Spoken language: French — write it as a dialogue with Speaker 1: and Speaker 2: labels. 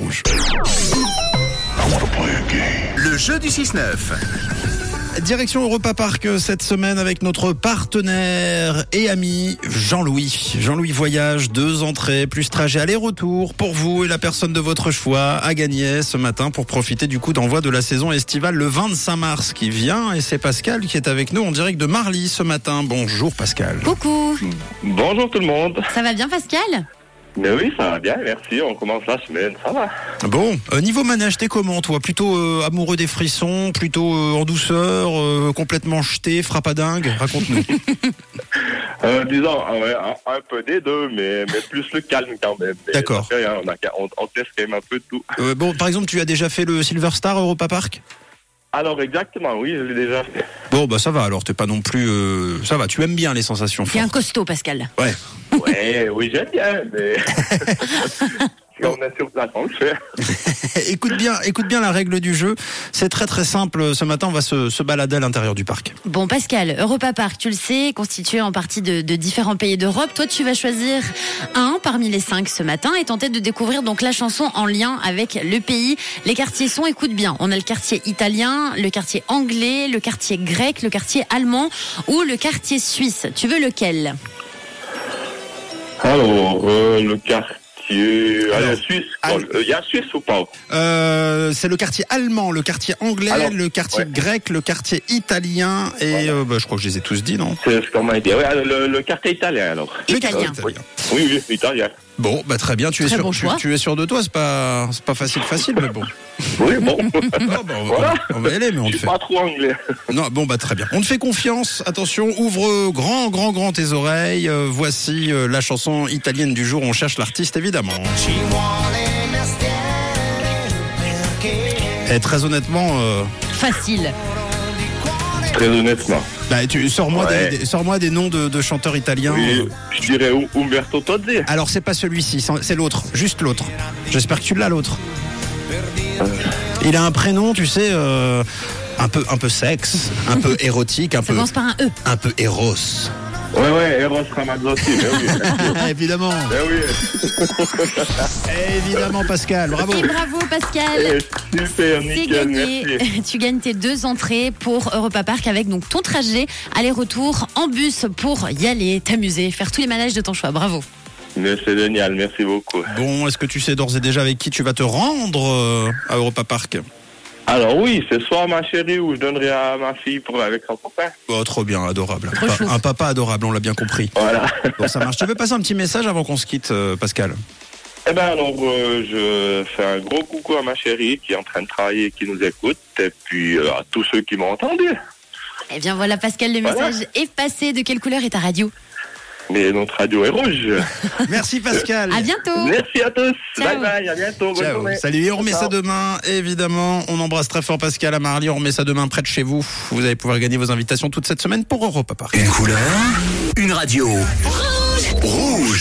Speaker 1: Rouge.
Speaker 2: Le jeu du 6-9.
Speaker 1: Direction Europa Park euh, cette semaine avec notre partenaire et ami Jean-Louis. Jean-Louis Voyage, deux entrées plus trajet aller-retour pour vous et la personne de votre choix à gagner ce matin pour profiter du coup d'envoi de la saison estivale le 25 mars qui vient. Et c'est Pascal qui est avec nous en direct de Marly ce matin. Bonjour Pascal.
Speaker 3: Coucou,
Speaker 4: Bonjour tout le monde.
Speaker 3: ça va bien Pascal
Speaker 4: Mais oui, ça va bien, merci. On commence la semaine, ça va.
Speaker 1: Bon, euh, niveau manège, t'es comment toi Plutôt euh, amoureux des frissons, plutôt euh, en douceur, euh, complètement jeté, frappadingue Raconte-nous.
Speaker 4: Euh, disons, ah ouais, un, un peu des deux, mais, mais plus le calme quand même. Mais
Speaker 1: D'accord.
Speaker 4: ça fait rien, On, a- on- on teste quand même un peu tout.
Speaker 1: Euh, bon, par exemple, tu as déjà fait le Silver Star Europa Park
Speaker 4: Alors exactement, oui, je l'ai déjà fait.
Speaker 1: Bon, bah ça va alors, t'es pas non plus. euh, ça va, tu aimes bien les sensations
Speaker 3: T'es un
Speaker 1: fortes.
Speaker 3: costaud Pascal.
Speaker 1: Ouais.
Speaker 4: Ouais, oui, j'aime bien, mais... si on est sur place, on le fait.
Speaker 1: écoute, bien, écoute bien la règle du jeu. C'est très très simple. Ce matin, on va se, se balader à l'intérieur du parc.
Speaker 3: Bon Pascal, Europa Park, tu le sais, est constitué en partie de, de différents pays d'Europe. Toi, tu vas choisir un parmi les cinq ce matin et tenter de découvrir donc la chanson en lien avec le pays. Les quartiers sont, écoute bien, on a le quartier italien, le quartier anglais, le quartier grec, le quartier allemand ou le quartier suisse. Tu veux lequel
Speaker 4: Alors, euh, le quartier...
Speaker 1: Alors,
Speaker 4: Allez, Suisse.
Speaker 1: ah,
Speaker 4: bon, euh, Il y a Suisse ou pas
Speaker 1: Euh, c'est le quartier allemand, le quartier anglais,
Speaker 4: Alors,
Speaker 1: le quartier
Speaker 4: ouais.
Speaker 1: grec, le quartier italien et
Speaker 4: Voilà.
Speaker 1: euh, bah, je crois que je les ai tous dit, non
Speaker 4: C'est ce qu'on m'a dit. Ouais, alors, le, le quartier italien, alors.
Speaker 1: Le
Speaker 3: Italien.
Speaker 1: quartier italien.
Speaker 4: Oui, oui, italien.
Speaker 1: Bon, bah très bien. Tu es
Speaker 3: Très
Speaker 1: sûr,
Speaker 3: bon
Speaker 1: tu,
Speaker 3: choix.
Speaker 1: tu es sûr de toi. C'est pas, c'est pas facile, facile, mais bon.
Speaker 4: Oui, bon,
Speaker 1: Ah, bah, on, va-
Speaker 4: Voilà.
Speaker 1: on va y aller, mais on le
Speaker 4: je
Speaker 1: fait.
Speaker 4: suis pas trop anglais.
Speaker 1: Non, bon, bah très bien. On te fait confiance. Attention, ouvre grand, grand, grand tes oreilles. Euh, voici euh, la chanson italienne du jour. On cherche l'artiste, évidemment. Et Eh, très honnêtement, euh,
Speaker 3: Facile.
Speaker 4: Très honnêtement.
Speaker 1: bah, tu, sors-moi
Speaker 4: Ouais.
Speaker 1: des, des- sors-moi des noms de, de chanteurs italiens.
Speaker 4: Oui,
Speaker 1: Euh,
Speaker 4: je dirais U- Umberto Tozzi.
Speaker 1: Alors, c'est pas celui-ci, c'est- c'est l'autre. Juste l'autre. J'espère que tu l'as, l'autre. Il a un prénom, tu sais, euh, un, peu, un peu sexe, un peu érotique, un
Speaker 3: Ça
Speaker 1: peu,
Speaker 3: commence par un E.
Speaker 1: un peu héros.
Speaker 4: Ouais, ouais, Eros Ramazzotti, mais oui.
Speaker 1: Évidemment.
Speaker 4: mais Ben oui.
Speaker 1: Évidemment, Pascal. Bravo.
Speaker 3: Et bravo Pascal.
Speaker 4: Eh, Super,
Speaker 3: C'est
Speaker 4: nickel,
Speaker 3: gagné.
Speaker 4: merci.
Speaker 3: Tu gagnes tes deux entrées pour Europa Park avec donc ton trajet aller-retour en bus pour y aller, t'amuser, faire tous les manèges de ton choix. Bravo.
Speaker 4: Mais c'est génial, merci beaucoup.
Speaker 1: Bon, est-ce que tu sais d'ores et déjà avec qui tu vas te rendre euh, à Europa Park
Speaker 4: Alors oui, c'est soit ma chérie ou je donnerai à ma fille pour avec son copain.
Speaker 1: Oh, trop bien, adorable.
Speaker 3: Trop
Speaker 1: Pa-
Speaker 3: chou.
Speaker 1: un papa adorable, on l'a bien compris.
Speaker 4: Voilà.
Speaker 1: Bon, ça marche. Tu veux passer un petit message avant qu'on se quitte, euh, Pascal
Speaker 4: Eh ben alors, euh, je fais un gros coucou à ma chérie qui est en train de travailler et qui nous écoute. Et puis euh, à tous ceux qui m'ont entendu.
Speaker 3: Eh bien voilà Pascal, le
Speaker 4: Voilà.
Speaker 3: message est passé. De quelle couleur est ta radio
Speaker 4: Mais notre radio est rouge.
Speaker 1: Merci, Pascal.
Speaker 3: À bientôt.
Speaker 4: merci à tous.
Speaker 3: Ciao.
Speaker 4: Bye bye, à bientôt. Bonne
Speaker 1: Ciao.
Speaker 4: journée.
Speaker 1: Salut, et on remet
Speaker 4: Ciao.
Speaker 1: ça demain, évidemment. On embrasse très fort Pascal à Marly, on remet ça demain près de chez vous. Vous allez pouvoir gagner vos invitations toute cette semaine pour Europa Park.
Speaker 2: Une couleur, une radio. Rouge.